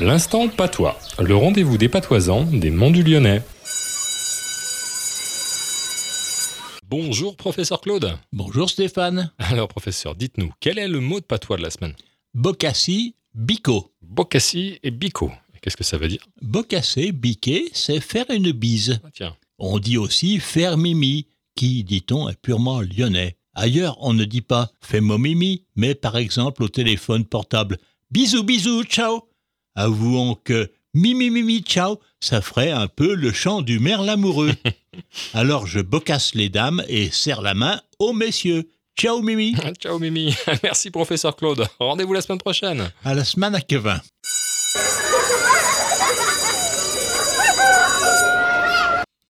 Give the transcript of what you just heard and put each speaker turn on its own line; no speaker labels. L'instant patois, le rendez-vous des patoisans des Monts du Lyonnais. Bonjour professeur Claude.
Bonjour Stéphane.
Alors professeur, dites-nous, quel est le mot de patois de la semaine
Bocassi, bico.
Bocassi et bico. Qu'est-ce que ça veut dire
Bocasser, biquer, c'est faire une bise.
Ah, Tiens,
On dit aussi faire mimi, qui, dit-on, est purement lyonnais. Ailleurs, on ne dit pas fais-moi mimi, mais par exemple au téléphone portable bisous bisous ciao. Avouons que mimi mimi ciao, ça ferait un peu le chant du merle l'amoureux. Alors je bocasse les dames et serre la main aux messieurs. Ciao mimi,
ciao Mimi. Merci professeur Claude. Rendez-vous la semaine prochaine.
à la semaine à Kevin.